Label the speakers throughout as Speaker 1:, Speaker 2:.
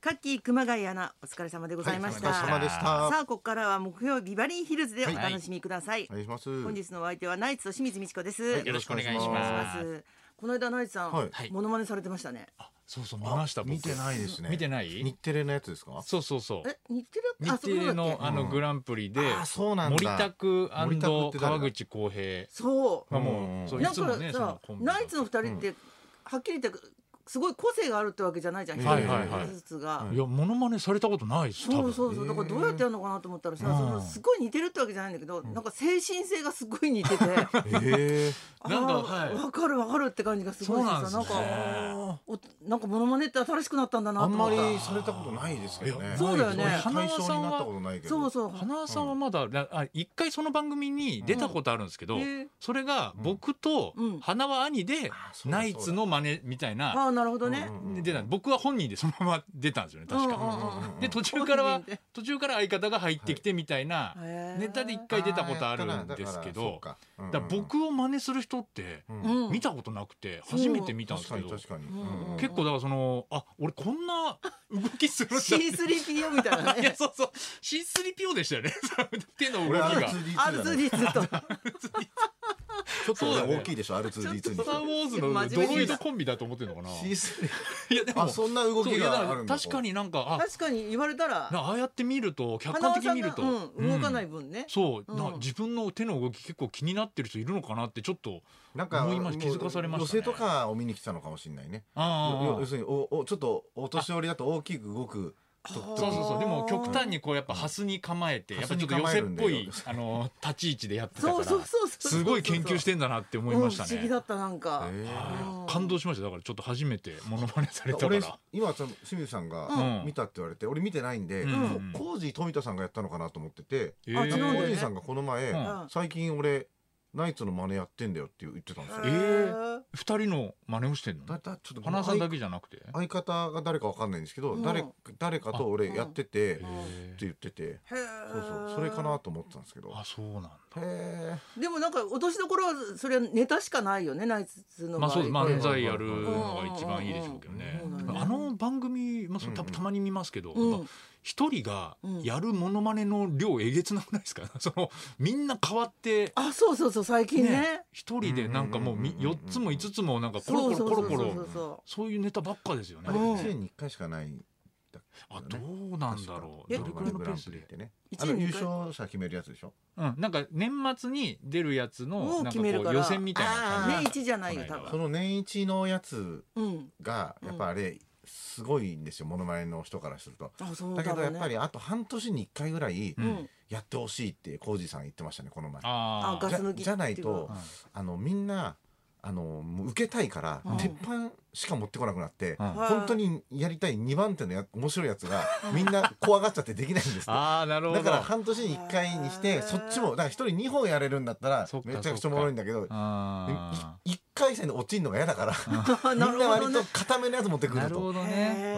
Speaker 1: カッキー熊谷アナお疲れ様でございました,、
Speaker 2: はいお疲れ様でした
Speaker 1: さあここからは木曜日バリンヒルズでお楽しみください、
Speaker 2: お願いします。
Speaker 1: 本日のお相手はナイツと清水美智子です、
Speaker 2: はい
Speaker 1: お
Speaker 3: よろしくお願いし
Speaker 1: 願いしま
Speaker 3: ます
Speaker 1: この間ナイツさん、
Speaker 2: はい
Speaker 3: はい
Speaker 1: モノマネされてましたね
Speaker 3: そうそう見ました僕
Speaker 2: 見てないですね。
Speaker 3: 見てない
Speaker 2: 日テレのやつですか。
Speaker 3: そうそうそう
Speaker 1: え日テレ
Speaker 3: 日
Speaker 1: あ
Speaker 3: テレ
Speaker 1: そうだ
Speaker 3: の
Speaker 1: っけ
Speaker 3: あのグランプリで
Speaker 2: あそうなんだ
Speaker 3: 森拓
Speaker 2: 森拓って誰だ
Speaker 3: 川口浩平
Speaker 1: そう
Speaker 3: が
Speaker 2: う
Speaker 3: も
Speaker 2: ん
Speaker 3: うそうい
Speaker 1: なん
Speaker 3: つも
Speaker 1: か
Speaker 3: ねそ
Speaker 1: さ
Speaker 3: のコンビが
Speaker 1: ナイツの二人って、はっきり言ってすごい個性があるってわけじゃないじゃん一
Speaker 3: はい
Speaker 1: 人
Speaker 3: はいはい
Speaker 1: ずつが、
Speaker 3: いやモノマネされたことないです多
Speaker 1: そう
Speaker 3: 分
Speaker 1: そうそうだからどうやってやるのかなと思ったらさ、
Speaker 3: うん
Speaker 1: そのすごい似てるってわけじゃないんだけど、なんか精神性がすごい似ててなんか
Speaker 2: ええ。
Speaker 3: なんかはい
Speaker 1: 分かる分かるって感じがすごいしてさ
Speaker 3: そうなんですね
Speaker 1: なんかおなんかモノマネって新しくなったんだな
Speaker 2: あ
Speaker 1: と
Speaker 2: ん
Speaker 1: 思
Speaker 2: ま
Speaker 1: った
Speaker 2: りされたことないですけど
Speaker 3: い
Speaker 2: ね。
Speaker 3: や
Speaker 1: そうだよね
Speaker 2: そういう対象になったことないけど。
Speaker 1: そうそう
Speaker 3: 花輪さんはまだなあ一回その番組に出たことあるんですけど、
Speaker 1: うんへえ
Speaker 3: それが僕と
Speaker 1: うん
Speaker 3: 花輪兄で
Speaker 2: あそうだ
Speaker 3: ナイツの真似みたいな
Speaker 1: ああなるほどね、
Speaker 2: うん
Speaker 3: で出た僕は本人でそのまま出たんですよね確
Speaker 1: うんうん
Speaker 3: か。
Speaker 1: うんうん
Speaker 3: で途中から
Speaker 1: 本
Speaker 3: は
Speaker 1: 人で
Speaker 3: 途中から相方が入ってきてみたいな
Speaker 1: へえ
Speaker 3: ネタで一回出たことあるんですけど
Speaker 2: あーやったなだからそうかうんうん
Speaker 3: だから僕を真似する人って
Speaker 2: うん
Speaker 1: うん
Speaker 3: 見たことなくて初めて見たんで
Speaker 2: 確か
Speaker 3: すけ
Speaker 2: に
Speaker 3: ど
Speaker 2: 確かに。
Speaker 1: んうん
Speaker 2: うん
Speaker 3: 結構だからそのあ俺こんな動きするんだ
Speaker 1: C3PO みたいな
Speaker 3: いや
Speaker 1: ね
Speaker 3: そうそう C3PO でしたよね 手の動
Speaker 2: 俺
Speaker 3: きが。
Speaker 2: R2D2 だね
Speaker 1: R2D2 と
Speaker 2: ちょっと
Speaker 3: そうだね
Speaker 2: 大きいでしょ R2D2 に
Speaker 3: スター・ウォーズのドロイドコンビだと思ってるのかな。い
Speaker 2: C3
Speaker 3: やで
Speaker 2: あそんな動
Speaker 3: そう
Speaker 2: き
Speaker 3: いやだ
Speaker 2: が
Speaker 3: か
Speaker 2: あ
Speaker 3: ら
Speaker 2: るんだ
Speaker 3: 確かになんか
Speaker 1: 確かに言われた
Speaker 3: あ
Speaker 1: ら
Speaker 3: なああやって見ると客
Speaker 1: 花
Speaker 3: 観
Speaker 1: 輪
Speaker 3: 的
Speaker 1: さ
Speaker 3: に
Speaker 1: ん
Speaker 3: 見
Speaker 1: が
Speaker 3: ると、。
Speaker 1: うん、動かないい分ね、
Speaker 3: そう、
Speaker 1: うん
Speaker 3: な自分の手の動き結構気になってる人いるのかなってちょっと
Speaker 2: なんか
Speaker 3: 思いまし気づかされましたね
Speaker 2: 寄せとかを見に来たのかもしれないねよ
Speaker 3: ああ
Speaker 2: 要するにおおちょっとお年寄りだと大きく動くと
Speaker 1: あー
Speaker 3: そうそうそうでも極端にこうやっぱハスに構えてやっぱちょっと寄せっぽい
Speaker 2: ハス
Speaker 3: あの立ち位置でやってた
Speaker 1: そ
Speaker 3: か
Speaker 1: うそう
Speaker 3: ら
Speaker 1: そうそう
Speaker 3: すごい研究してんだなって思いました
Speaker 1: うん不思議だ
Speaker 3: ね。
Speaker 1: ったなんか、
Speaker 2: へ
Speaker 3: は
Speaker 1: うん
Speaker 3: い感動しましただからちょっと初めてモノマネされたか
Speaker 2: 俺
Speaker 3: ら。
Speaker 2: 今ちょっと清水さん
Speaker 3: う
Speaker 2: が
Speaker 3: ん
Speaker 2: 見たって言われて、俺見てないんで、
Speaker 3: うん
Speaker 2: こ工事富田さんがやったのかなと思ってて、
Speaker 3: え
Speaker 1: あ違うんだよね
Speaker 2: 工事さんがこの前、
Speaker 3: うん
Speaker 2: 最近俺ナイツの真似やってんだよって言ってたんですよ、
Speaker 3: えー二人の真似をしてんの
Speaker 2: だいたいちょっと
Speaker 3: 花さんだけじゃなくて
Speaker 2: 相方が誰かわかんないんですけど、
Speaker 1: うん
Speaker 2: 誰誰かと俺
Speaker 1: あ
Speaker 2: やってて、
Speaker 1: うん
Speaker 2: って言ってて、
Speaker 1: へー
Speaker 2: そうそうそれかなと思ってたんですけど
Speaker 3: あそうなんだ
Speaker 2: へ
Speaker 1: でもなんか落としどころはそれはネタしかないよねナイツの
Speaker 3: ま
Speaker 1: 場合
Speaker 3: あそうです
Speaker 2: まあ
Speaker 3: 漫才やるのが一番いいでしょうけどね
Speaker 1: うんうんうんうん
Speaker 3: あの番組、まあ、そう
Speaker 2: う
Speaker 3: た
Speaker 2: んうん
Speaker 3: たまに見ますけど
Speaker 1: うん
Speaker 3: やっぱ一人がやるモノマネの量えげつなくないですか そのみんな変わって
Speaker 1: あそうそうそう最近ね
Speaker 3: ね一人でなんかもうみ
Speaker 2: うんうんうんうん
Speaker 3: 4つも5つもなんかコ
Speaker 1: そ
Speaker 3: ロ
Speaker 1: う
Speaker 3: コ
Speaker 1: そう
Speaker 3: ロコ
Speaker 1: そう
Speaker 3: ロコ
Speaker 1: そうそ
Speaker 3: ロ
Speaker 1: うそ
Speaker 3: そういうネタばっかですよ
Speaker 2: えあ
Speaker 3: ね
Speaker 2: れ
Speaker 1: うん
Speaker 2: 1年に1回しかない
Speaker 3: あどうなんだろう
Speaker 1: え
Speaker 3: どれくらいのペース
Speaker 2: でっ
Speaker 3: で
Speaker 2: てね
Speaker 1: 一
Speaker 2: あの
Speaker 1: 年に
Speaker 2: 優
Speaker 1: 一回
Speaker 2: 勝者決めるやつでしょ
Speaker 3: うんなんか年末に出るやつ
Speaker 1: を
Speaker 3: のな
Speaker 1: 決
Speaker 3: んかこ
Speaker 1: めるから
Speaker 3: う予選みたいな
Speaker 1: う
Speaker 3: 感
Speaker 1: 年
Speaker 3: じ
Speaker 1: 一じゃないよ多
Speaker 2: そ
Speaker 1: 分
Speaker 2: の年一のやつ
Speaker 1: うん
Speaker 2: がやっぱあれすごいんですよ、モノマネの人からすると。
Speaker 1: あそう
Speaker 2: だけ
Speaker 1: だ
Speaker 2: どや
Speaker 1: ろう
Speaker 2: っ
Speaker 1: ね
Speaker 2: ぱりあと半年に1回ぐらい
Speaker 3: うん
Speaker 1: うん
Speaker 2: やってほしいって浩二さん言ってましたねこの前。じ
Speaker 1: あ
Speaker 3: あ
Speaker 1: ガ
Speaker 3: あ
Speaker 1: ス抜
Speaker 2: ゃ
Speaker 1: き
Speaker 2: じゃないと
Speaker 3: うん
Speaker 2: あのみんなあのもう受けたいから、
Speaker 1: うん
Speaker 2: 鉄板しか持ってこなくなって、
Speaker 3: うん
Speaker 1: はい
Speaker 2: 本当にやりたい2番手のや面白いやつがみんな怖がっちゃってできないんですって。
Speaker 3: あーなるほど
Speaker 2: だから半年に1回に
Speaker 1: へ
Speaker 2: し
Speaker 1: ー
Speaker 2: てそっちもだから1人2本やれるんだったら
Speaker 3: そっか
Speaker 2: めちゃくちゃおもろいんだけど
Speaker 3: あ
Speaker 2: 1回戦で落ちんのが嫌だからみんな
Speaker 1: なるほど
Speaker 2: 割
Speaker 1: ね
Speaker 2: と固めのやつ持って
Speaker 3: ー
Speaker 2: く
Speaker 3: な
Speaker 2: る
Speaker 3: る
Speaker 2: と
Speaker 3: ほどね
Speaker 1: へ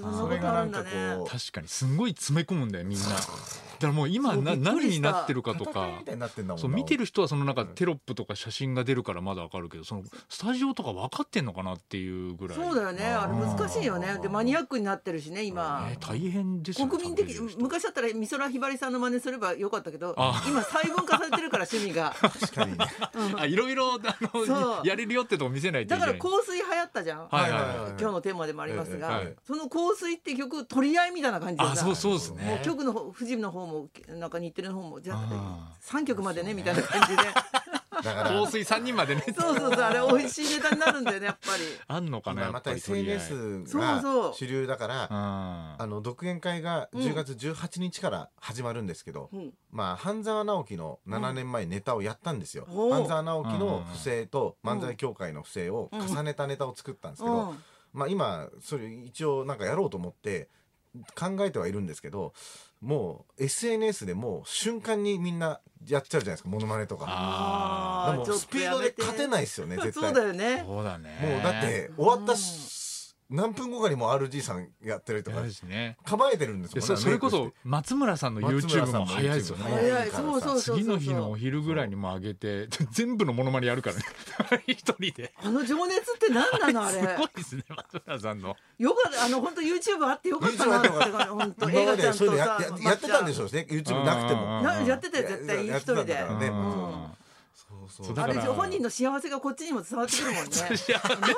Speaker 1: ー
Speaker 3: うん
Speaker 1: そんなことあるんだ
Speaker 2: それがなんか
Speaker 1: ね
Speaker 2: こ
Speaker 3: 確かにすんごい詰め込むんだよみんなだからもう今
Speaker 1: そう
Speaker 3: な
Speaker 1: びっくり
Speaker 3: 何
Speaker 1: し
Speaker 3: に
Speaker 1: た
Speaker 3: なってるかと
Speaker 2: 戦い
Speaker 3: か
Speaker 2: みたいになってんだもんな
Speaker 3: そう見てる人はそのなんかテロップとか写真が出るからまだわかるけどそのスタジオとか分かってんのかなっていうぐらい
Speaker 1: そうだよねあれ難しいよね
Speaker 2: うん
Speaker 1: でマニアックになってるしね今
Speaker 3: ね大変ですよね
Speaker 1: 国民的
Speaker 3: 食べてる人
Speaker 1: 昔だったら美空ひばりさんの真似すればよかったけど
Speaker 3: あ
Speaker 1: 今細分化されてる から趣味が
Speaker 2: 確かにね
Speaker 3: あいろいろあ
Speaker 1: そう
Speaker 3: のやれるよってとこ見せないと
Speaker 1: だ
Speaker 3: いけ
Speaker 1: から
Speaker 3: ない
Speaker 1: 香水流行ったじゃん、
Speaker 3: はいはいはい
Speaker 1: 今日のテーマでもありますが、
Speaker 3: ええはい
Speaker 1: その香水って曲取り合いみたいな感じで
Speaker 3: あ
Speaker 1: さ
Speaker 3: そうそうですね
Speaker 1: もう曲の方富士の方もなんか日テレの方もじゃ
Speaker 3: あ
Speaker 1: 3曲までねみたいな感 じで
Speaker 2: だから
Speaker 3: 香水3人までね
Speaker 1: そうそうそうあれ美味しいネタになるんだよねやっぱり。
Speaker 3: あんのかなや
Speaker 2: 今ま
Speaker 3: ったぱり取り合い
Speaker 2: SNS
Speaker 1: そうそう
Speaker 2: が主流だから
Speaker 3: うん
Speaker 2: あの独演会が
Speaker 1: ん
Speaker 2: 10月18日から始まるんですけど、
Speaker 1: うん
Speaker 2: まあ半沢直樹の7年前ネタをやったんですよ、
Speaker 1: おう
Speaker 2: 半沢直樹の不正と漫才協会の不正を重ねたネタを作ったんですけど、
Speaker 1: うん
Speaker 2: まあ今それ一応なんかやろうと思って考えてはいるんですけどもう SNS でもう瞬間にみんなやっちゃうじゃないですかモノマネとか
Speaker 3: あ
Speaker 2: だ
Speaker 1: あ
Speaker 2: からも
Speaker 1: ちょ
Speaker 2: う
Speaker 1: っ
Speaker 2: ス
Speaker 1: と
Speaker 2: ピー
Speaker 1: や
Speaker 2: ド
Speaker 1: め
Speaker 2: で
Speaker 1: て
Speaker 2: 勝てないですよね絶対
Speaker 1: そうだよ
Speaker 3: ー
Speaker 1: ね
Speaker 3: そうだね
Speaker 2: もうだって終わったし、何分後かにもう RG さんやってるとか
Speaker 3: 早いですね
Speaker 2: 構えてるんです
Speaker 3: で
Speaker 2: もん
Speaker 3: そそれこそ松村さんの YouTube も早いですよ
Speaker 2: 松村
Speaker 3: ね
Speaker 2: さんの
Speaker 1: 早いそ
Speaker 2: YouTube
Speaker 1: うそうそうそう
Speaker 3: 次の日のお昼ぐらいにもう上げて 全部のモノマネやるからね 一人で
Speaker 1: あの情熱って何な のあ
Speaker 3: す
Speaker 1: れ
Speaker 3: ごいですね松村さんの
Speaker 1: よかったあの本当 YouTube あってよかったなって本当
Speaker 2: 今
Speaker 1: 映
Speaker 2: ま
Speaker 1: 画ちゃ
Speaker 2: で
Speaker 1: ん
Speaker 2: そういう
Speaker 1: と
Speaker 2: のや
Speaker 1: さ
Speaker 2: ややってたんでしょうね YouTube なくても
Speaker 3: うん
Speaker 1: なやってたよ絶対
Speaker 2: や
Speaker 1: 一人で
Speaker 2: やってたんだからね
Speaker 3: うん
Speaker 2: もそうそう
Speaker 3: だ
Speaker 1: あ
Speaker 3: か
Speaker 1: れ
Speaker 3: ら
Speaker 1: 本人の幸せがこっちにも伝わってくる もんね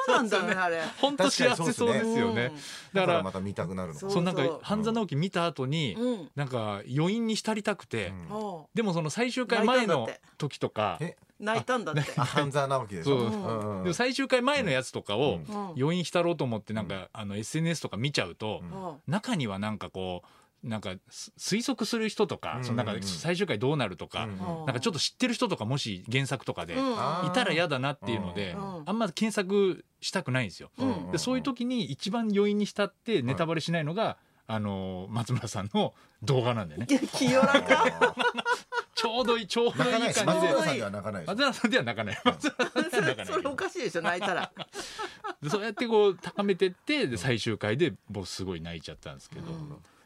Speaker 1: 何なんだろうねあれ
Speaker 3: 本当幸せそうですよねだ
Speaker 2: だから
Speaker 3: から
Speaker 2: また見たくなるのか
Speaker 1: そ
Speaker 2: な
Speaker 1: う
Speaker 3: そうなんか半沢直樹見た後に
Speaker 1: うんうん
Speaker 3: なんか余韻に浸りたくて、
Speaker 2: うん
Speaker 1: も
Speaker 3: でもその最終回前の時とか
Speaker 2: え
Speaker 1: う泣いたんだって
Speaker 2: あ半沢直樹でしょ
Speaker 3: そう
Speaker 2: うん
Speaker 3: でも最終回前のやつとかを
Speaker 2: うん
Speaker 1: うん
Speaker 3: 余韻浸ろうと思ってなんか、あの SNS とか見ちゃうと、
Speaker 2: うん
Speaker 1: うん
Speaker 3: 中にはなんかこうなんかす推測する人とか,、
Speaker 2: うん
Speaker 3: そのなん
Speaker 2: うん
Speaker 3: か最終回どうなるとか、
Speaker 2: うん
Speaker 1: うん
Speaker 3: なんかちょっと知ってる人とかもし原作とかで、
Speaker 1: うん
Speaker 3: いたら嫌だなっていうので、
Speaker 1: うん
Speaker 3: あんま検索したくないんですよ。
Speaker 1: うん
Speaker 3: でそういう時に一番余韻に浸ってネタバレしないのが、あの松村さんの動画なんでね
Speaker 1: いや清ら
Speaker 2: あ
Speaker 1: か
Speaker 2: ー
Speaker 3: ちょうどいいちょうどい
Speaker 2: 泣かない
Speaker 3: い
Speaker 2: です
Speaker 3: 感
Speaker 2: 松
Speaker 3: じで
Speaker 2: 村さんでは泣かないで
Speaker 3: 松村さんでは泣か ない松村さん
Speaker 1: そ
Speaker 3: では
Speaker 1: れ
Speaker 3: 泣
Speaker 1: それお
Speaker 3: かない
Speaker 1: かしいでしょ泣いたら
Speaker 3: でそうやってこう高めてってで最終回で僕すごい泣いちゃったんですけど、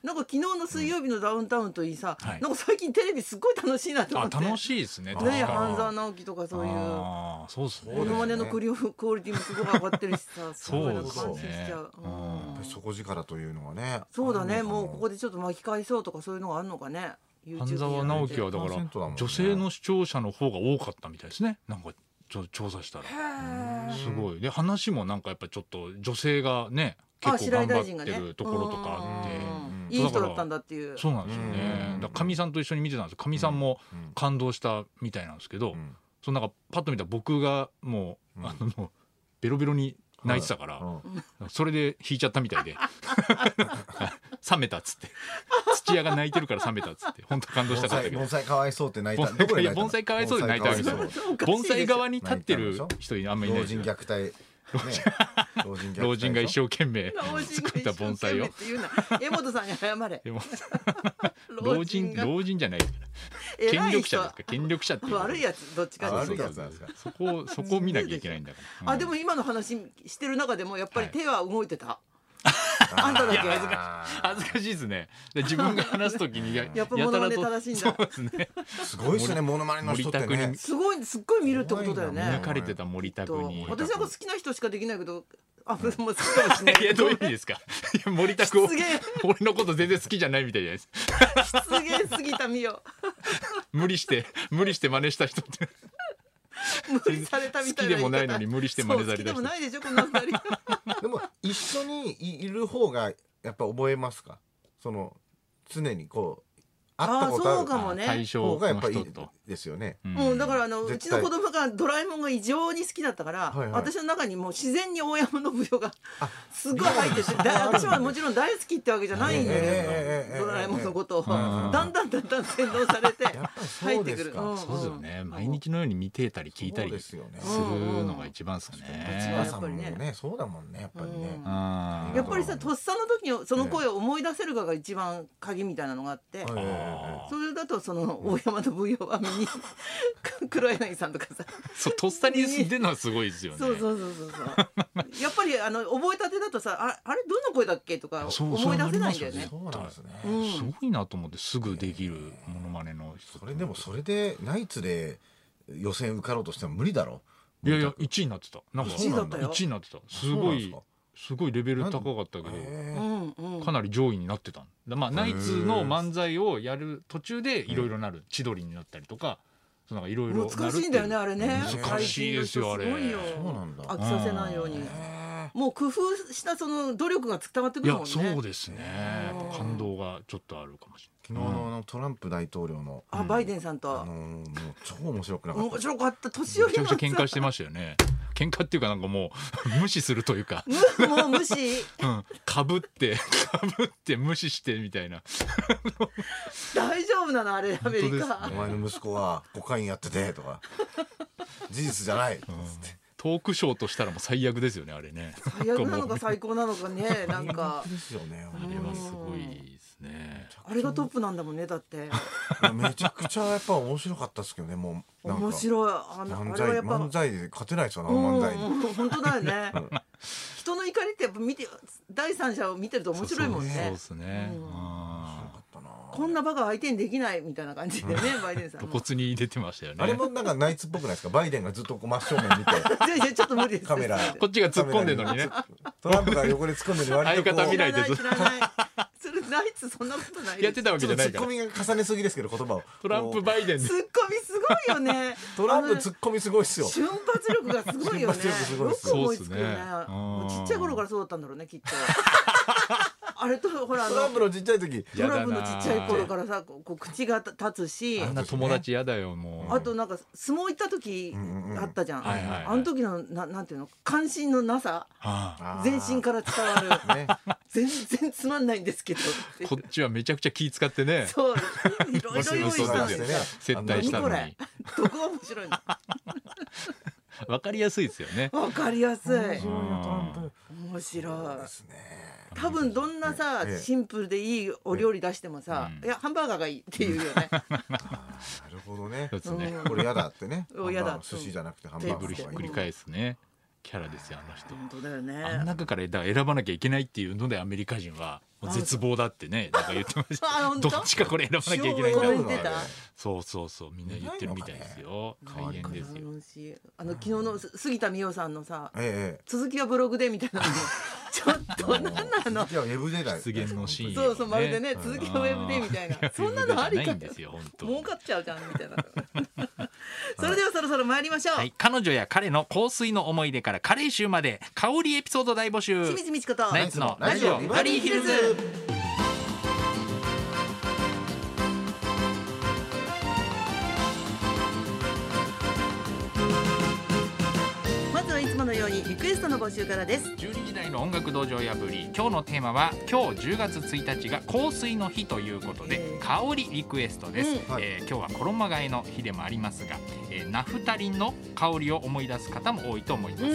Speaker 1: なんか昨日の水曜日のダウンタウンといいさ、
Speaker 3: はい
Speaker 1: なんか最近テレビすっごい楽しいなと思
Speaker 3: あ
Speaker 1: って
Speaker 3: 楽しいです
Speaker 2: ね
Speaker 3: ね確かに
Speaker 1: ね半沢直樹とかそういう
Speaker 3: あーそうですね
Speaker 1: モ
Speaker 2: そうです
Speaker 1: ノマネのクリオクオリティもすごい上がってるし さすごいなんか
Speaker 2: そ
Speaker 1: 感
Speaker 2: うで
Speaker 1: 心
Speaker 2: す
Speaker 1: し
Speaker 3: ね
Speaker 1: ちゃう、う
Speaker 3: うん
Speaker 1: ん
Speaker 2: す底力というのはね
Speaker 1: そうだねもうここ
Speaker 2: で
Speaker 1: でちょっと巻き返そうとかそういうのがあるのかね
Speaker 3: 半沢直樹はだか
Speaker 2: 100%だもん
Speaker 3: ら
Speaker 2: ね
Speaker 3: 女性の視聴者の方が多かったみたいですねなんかちょ調査したら
Speaker 1: へ
Speaker 3: すごいで話もなんかやっぱちょっと女性がね
Speaker 1: あ
Speaker 3: 結構
Speaker 1: 白井
Speaker 3: 頑
Speaker 1: 大臣
Speaker 3: 張
Speaker 1: が
Speaker 3: って
Speaker 1: ね
Speaker 3: るところとかあって
Speaker 1: うんうんうん
Speaker 2: うん
Speaker 1: いい人だったんだっていう
Speaker 3: そうなんですよね
Speaker 2: うん
Speaker 3: だからかみさんと一緒に見てたんですよかみさんも感動したみたいなんですけど、そのなんかパッと見たら僕がもう、
Speaker 2: うん
Speaker 3: あのもうベロベロに泣いてたから、それで引いちゃったみたいで 冷めたっつって土屋が泣いてるから冷めたっつって本当感動したかったけど
Speaker 2: 盆栽かわいそうって泣いた
Speaker 3: 盆栽
Speaker 2: どこで泣いたの
Speaker 3: いや盆栽かわいそうで泣いたわけですよ
Speaker 2: 盆栽かわいそう
Speaker 1: おかしいで
Speaker 3: 盆
Speaker 1: しょ
Speaker 3: 栽側に立ってる人あんまりいない
Speaker 2: 老
Speaker 3: です
Speaker 2: 人
Speaker 3: よ
Speaker 2: 虐待ね老人虐待
Speaker 3: 老人が一生懸命
Speaker 1: 老人が
Speaker 3: 作った
Speaker 1: 一生
Speaker 3: 盆
Speaker 1: 懸
Speaker 3: 栽
Speaker 1: 命っ
Speaker 3: を
Speaker 1: て言うな江本さんに謝れ
Speaker 3: でも
Speaker 1: 老
Speaker 3: 老
Speaker 1: 人
Speaker 3: 人
Speaker 1: が
Speaker 3: 老人じゃない
Speaker 1: 偉
Speaker 3: 権
Speaker 1: い人
Speaker 3: 力者ですか権力者っていう
Speaker 1: 悪いやつどっちか
Speaker 2: あ
Speaker 1: っ
Speaker 2: 悪
Speaker 1: てい
Speaker 2: いうや
Speaker 1: と
Speaker 2: つなんですか
Speaker 3: そこをそこを見なきゃいけないんだから、
Speaker 1: あでも今の話してる中でもやっぱり手は動いてた、あんただけ
Speaker 2: いや
Speaker 3: 恥ずかしいですねで自分が話すときにや
Speaker 1: やっぱ
Speaker 3: や
Speaker 1: 物
Speaker 3: たらと
Speaker 1: まね正しいんだ
Speaker 3: そうですね
Speaker 2: すごいですねモノマネの人って
Speaker 3: 森田
Speaker 2: ね
Speaker 3: 君
Speaker 1: すごいすっごい見るってことだよ
Speaker 2: 怖い
Speaker 1: ね
Speaker 2: な
Speaker 3: 抱かれてた森田君に
Speaker 1: と私なんか好きな人しかできないけどあもう好きかもしれない
Speaker 3: いやどういう意味ですか いや森田君
Speaker 1: すげえ
Speaker 3: 俺のこと全然好きじゃないみたいじゃないです
Speaker 1: すげえ杉田美代
Speaker 3: 無 理して無理して真似した人って
Speaker 1: 無理されたみたいな言い方
Speaker 3: 好きでもないのに無理して真似された
Speaker 1: そう好きで
Speaker 3: 人
Speaker 1: もないでしょこんな二人
Speaker 2: でも一緒にいる方がやっぱ覚えますかその常にこう会ったことある
Speaker 1: あーそうかもね
Speaker 3: 対象
Speaker 2: 方がやっ
Speaker 3: の
Speaker 2: ぱい
Speaker 3: 人
Speaker 2: い
Speaker 3: と、
Speaker 2: ですよね
Speaker 3: う
Speaker 1: もうだからあのうち
Speaker 2: 絶
Speaker 1: の
Speaker 2: 対
Speaker 1: 子供がドラえもんが異常に好きだったから、
Speaker 2: はいはい
Speaker 1: 私の中にもう自然に大山信代が
Speaker 2: あ
Speaker 1: すごい入っててだ私はもちろん大好きってわけじゃないんだけど、
Speaker 2: ええええええ
Speaker 1: ドラえもんのことを、
Speaker 3: ん
Speaker 1: だんだんだんだん洗脳されて
Speaker 2: やっぱり
Speaker 1: 入
Speaker 2: そ
Speaker 1: っ
Speaker 2: う
Speaker 1: て
Speaker 2: で
Speaker 1: く
Speaker 2: す
Speaker 1: る
Speaker 2: か、
Speaker 1: うん
Speaker 3: そうですよね毎日のように見てたり聞いたり
Speaker 2: そうですすよね
Speaker 1: うん
Speaker 3: るのが一番ですか
Speaker 2: 千葉
Speaker 3: ね、
Speaker 2: さんも
Speaker 1: やっぱ
Speaker 2: ねそうだもんねやっぱりね
Speaker 1: うん
Speaker 3: うん、や
Speaker 1: やっぱりさとっさの時にその声を思い出せるかが一番鍵みたいなのがあって、
Speaker 2: はいはいはいはい
Speaker 1: それだとその大山の舞踊は見に黒柳さんとかさ
Speaker 3: そうとっさに出るのはすごいですよね
Speaker 1: そうそうそうそうそう。やっぱりあの覚えたてだとさ、ああれどんな声だっけとか
Speaker 3: あそう
Speaker 1: 思い出せないんだよね
Speaker 3: そ。
Speaker 2: そうなんですね、
Speaker 1: うん
Speaker 3: すごいなと思ってすぐできるモノマネの人
Speaker 2: それでもそれでナイツで予選受かろうとしても無理だろ
Speaker 3: いやいや1位になってたなんか
Speaker 1: 一位だったよ
Speaker 3: 一位になってたすご
Speaker 2: そうなん
Speaker 3: い
Speaker 2: ですか
Speaker 3: すごいレベル高かったけど
Speaker 2: え
Speaker 1: う
Speaker 2: ー
Speaker 1: んうん。
Speaker 3: かなり上位になってたんだまあナイツ
Speaker 2: へ
Speaker 3: の
Speaker 2: ー
Speaker 3: 漫才をやる途中でいろいろなる千鳥になったりとかそのなんかいろいろ
Speaker 1: 難しいんだよねあれね。
Speaker 3: 難しいですよあれ
Speaker 1: 最近の人す
Speaker 2: そ
Speaker 1: ご
Speaker 2: う
Speaker 1: いよ。
Speaker 2: なんだ
Speaker 1: 飽きさせないように。
Speaker 2: え
Speaker 1: もう工夫したその努力が伝わってく
Speaker 3: い
Speaker 1: る
Speaker 3: や
Speaker 1: もんね。
Speaker 3: そうですね
Speaker 1: うん
Speaker 3: 感動がちょっとあるかもし
Speaker 2: ー昨日のあのトランプ大統領の、
Speaker 1: あバイデンさん
Speaker 2: あ
Speaker 1: と
Speaker 2: のーもう超面白くなかった
Speaker 1: 面白かった年
Speaker 3: れ
Speaker 1: 寄
Speaker 3: ないめ
Speaker 1: り
Speaker 3: ちゃ
Speaker 1: の
Speaker 3: くちゃ喧嘩してましたよね喧嘩っていうかなんかもう 無視するというか、
Speaker 1: むもう無視。
Speaker 3: うん、かぶって かぶって無視してみたいな
Speaker 1: 大丈夫なのあれアメリ
Speaker 3: 本当です
Speaker 1: カ
Speaker 3: ね。
Speaker 2: お前の息子はコカインやっててとか事実じゃない、
Speaker 3: トークショーとしたらもう最悪ですよねあれね
Speaker 1: 最悪なのか最高なのかねなんか
Speaker 2: いいですよね
Speaker 3: あれはすごいですね
Speaker 1: あれがトップなんだもんねだって
Speaker 2: めちゃくちゃやっぱ面白かったですけどねもうなんか
Speaker 1: 面白いあの
Speaker 2: 漫
Speaker 1: あれは
Speaker 2: 才
Speaker 1: やっぱ
Speaker 2: 漫才で勝てないですよねあの漫才に
Speaker 1: うんうん本当だよね人の怒りってやっぱ見て第三者を見てると面白いもん
Speaker 3: そう
Speaker 1: ね
Speaker 3: ですね
Speaker 1: うん
Speaker 2: 面白
Speaker 3: あ
Speaker 2: かったな
Speaker 1: こんなバカ相手にできないみたいな感じでねバイデンさん
Speaker 3: 露
Speaker 1: も
Speaker 3: 骨に出てましたよね
Speaker 2: あれもなんかナイツっぽくないですかバイデンがずっとこう真正面見て
Speaker 1: いやいやちょっと無理です
Speaker 2: カメラ
Speaker 3: こっちが突っ込んでるのにね
Speaker 2: トランプが横で突っ込んでるのに割とこ
Speaker 3: 相方
Speaker 2: う
Speaker 3: 見
Speaker 1: 知
Speaker 3: な
Speaker 1: ら
Speaker 3: いで
Speaker 1: な
Speaker 3: す
Speaker 1: い知らないそれナイツそんなことないです
Speaker 3: やってたわ
Speaker 2: ち
Speaker 3: け
Speaker 2: ょ
Speaker 3: じ
Speaker 2: っ
Speaker 3: ゃ
Speaker 2: とツッ
Speaker 3: ないから
Speaker 2: コミが重ねすぎですけど言葉を
Speaker 3: トランプバイデンで
Speaker 1: ツッコミすごいよね
Speaker 2: トラン
Speaker 1: あ
Speaker 2: プ
Speaker 1: の
Speaker 2: ツッコミすごいっすよ
Speaker 1: 瞬発力がすごいよね
Speaker 2: 瞬発力すごい
Speaker 1: よ
Speaker 2: です
Speaker 1: く思いつくよね
Speaker 3: そうっすねうん
Speaker 1: もうちっちゃい頃からそうだったんだろうねきっとあれとほらあ
Speaker 2: トランプ
Speaker 1: の
Speaker 2: のちっちゃい時
Speaker 1: ト
Speaker 3: や
Speaker 1: ラ
Speaker 3: だ
Speaker 1: ンプの
Speaker 3: な
Speaker 1: ちっちゃい頃からさこうこう口が立つし
Speaker 3: あんな友達やだよもう
Speaker 1: あとなんか相撲行った時
Speaker 2: うんうんうん
Speaker 1: あったじゃん
Speaker 3: はいはいはい
Speaker 1: あの時のななんていうの関心のなさ
Speaker 3: あ
Speaker 2: あー
Speaker 1: 全身から伝わる
Speaker 2: ね
Speaker 1: 全然つまんないんですけどってい
Speaker 3: あ
Speaker 1: う
Speaker 3: こっちはめちゃくちゃ気使ってね
Speaker 1: そういろいろ用意したのにさ
Speaker 3: 接待したのに
Speaker 1: どこが面白いの
Speaker 3: わかりやすいですよね
Speaker 1: わかりやすい
Speaker 2: 面白いよトランプ
Speaker 1: 面白
Speaker 2: で
Speaker 1: い
Speaker 2: すね
Speaker 1: 多分どんなさ
Speaker 2: ええ
Speaker 1: シンプルでいいお料理出してもさ
Speaker 3: う
Speaker 1: い
Speaker 3: ん
Speaker 1: やハンバーガーがいいっていうよね
Speaker 2: なるほどね
Speaker 3: そうですね
Speaker 1: うん
Speaker 2: これやだってね
Speaker 1: お嫌だ
Speaker 2: ハンバーグ寿司じゃなくてハンバ
Speaker 3: テ
Speaker 2: ー
Speaker 3: ー
Speaker 2: グ
Speaker 3: ブルひっくり返すねキャラですよあの人
Speaker 1: 本当だよね
Speaker 3: あの中からだから選ばなきゃいけないっていうのでアメリカ人はもう絶望だってねなんか言ってまし
Speaker 1: あ
Speaker 3: た
Speaker 1: 本
Speaker 3: ど
Speaker 1: 当
Speaker 3: っちかこれ選ばなきゃいけない
Speaker 1: 塩
Speaker 3: ん
Speaker 1: を選
Speaker 3: だ
Speaker 1: ぶ言ってた
Speaker 3: そうそうそうみんな言ってるみたいですよ
Speaker 1: あ
Speaker 3: 大
Speaker 1: れ
Speaker 3: 変
Speaker 1: か
Speaker 3: で
Speaker 1: な
Speaker 3: すよ
Speaker 1: 楽しいあの昨日のす杉田美桜さんのさ
Speaker 2: ええ
Speaker 1: 続きはブログでみたい なのもちょっと何なの
Speaker 2: いやウェブでだよ
Speaker 3: 出現のシーン
Speaker 1: そうそうまるでね
Speaker 3: うん
Speaker 1: 続きはウェブでみたいな
Speaker 3: あー
Speaker 1: そんなのあり
Speaker 3: ウェブじ
Speaker 1: か
Speaker 3: ゃないんですよ本当
Speaker 1: 儲かっちゃうじゃんみたいな それではそろそろ参りましょう、
Speaker 3: はい彼女や彼の香水の思い出からカレー臭まで香りエピソード大募集
Speaker 1: 清水美智子と
Speaker 3: ナイツのラジオビバリーヒルズ
Speaker 1: まずはいつものようにリクエストの募集からです
Speaker 3: 12時台の音楽道場破り今日のテーマは今日10月1日が香水の日ということで、
Speaker 1: えー
Speaker 3: 香りリクエストです、
Speaker 1: うん
Speaker 2: はい
Speaker 3: えー今日は衣替えの日でもありますが、えーナフタリンの香りを思い出す方も多いと思います、
Speaker 1: うん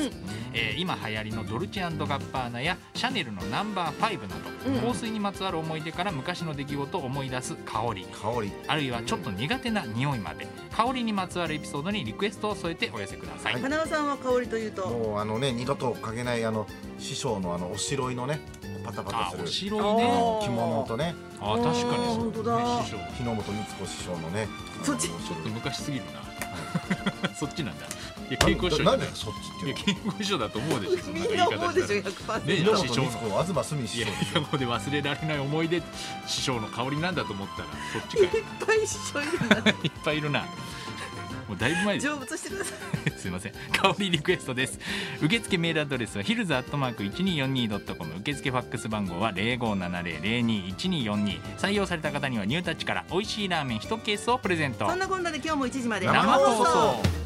Speaker 3: えー今流行りのドルチェガッパーナやシャネルのナンバー5など、
Speaker 1: うん
Speaker 3: 香水にまつわる思い出から昔の出来事を思い出す香り
Speaker 2: 香り
Speaker 3: あるいはちょっと苦手な匂いまで香りにまつわるエピソードにリクエストを添えてお寄せください、
Speaker 1: 花輪さんは香りというと
Speaker 2: もうあのね二度とかけないあの師匠のあのおしろいのねパタパタ
Speaker 3: あ
Speaker 2: す
Speaker 3: お
Speaker 2: る
Speaker 3: 白い
Speaker 1: あ
Speaker 3: ね
Speaker 1: ー
Speaker 2: 着物とね
Speaker 3: あー確かにそう
Speaker 1: 本当だ
Speaker 3: 師匠
Speaker 2: 日の本光子師匠のね
Speaker 1: そっち
Speaker 2: あの
Speaker 3: ちょっと昔すぎる な。そっちなんだ。いや、
Speaker 2: な
Speaker 3: 健康師匠じ
Speaker 2: な
Speaker 3: ゃ
Speaker 2: ん
Speaker 3: ない
Speaker 2: で。そっちっ
Speaker 3: い
Speaker 2: てい
Speaker 3: や、
Speaker 2: う
Speaker 3: 健康師匠だと思うでしょ。そ
Speaker 1: み
Speaker 3: なん言い
Speaker 1: な
Speaker 3: 方
Speaker 1: 思うでしょ
Speaker 3: したね
Speaker 1: 100%
Speaker 2: の日の本光子東澄
Speaker 3: らい
Speaker 2: 師
Speaker 3: や
Speaker 2: 匠、
Speaker 3: ここで忘れられない思い出、師匠の香りなんだと思ったら、そっち
Speaker 1: い
Speaker 3: か
Speaker 1: っ
Speaker 3: い。
Speaker 1: ぱい一緒になって
Speaker 3: いっぱいい るな。もうだいぶ前です。
Speaker 1: 成仏してく ださい
Speaker 3: すいません。香りリクエストです。受付メールアドレスはヒルズアットマーク一二四二ドットコム。受付ファックス番号は零五七零零二一二四二。採用された方にはニュータッチから美味しいラーメン一ケースをプレゼント
Speaker 1: そん。なこんなで今日も1時まで
Speaker 3: 生放送。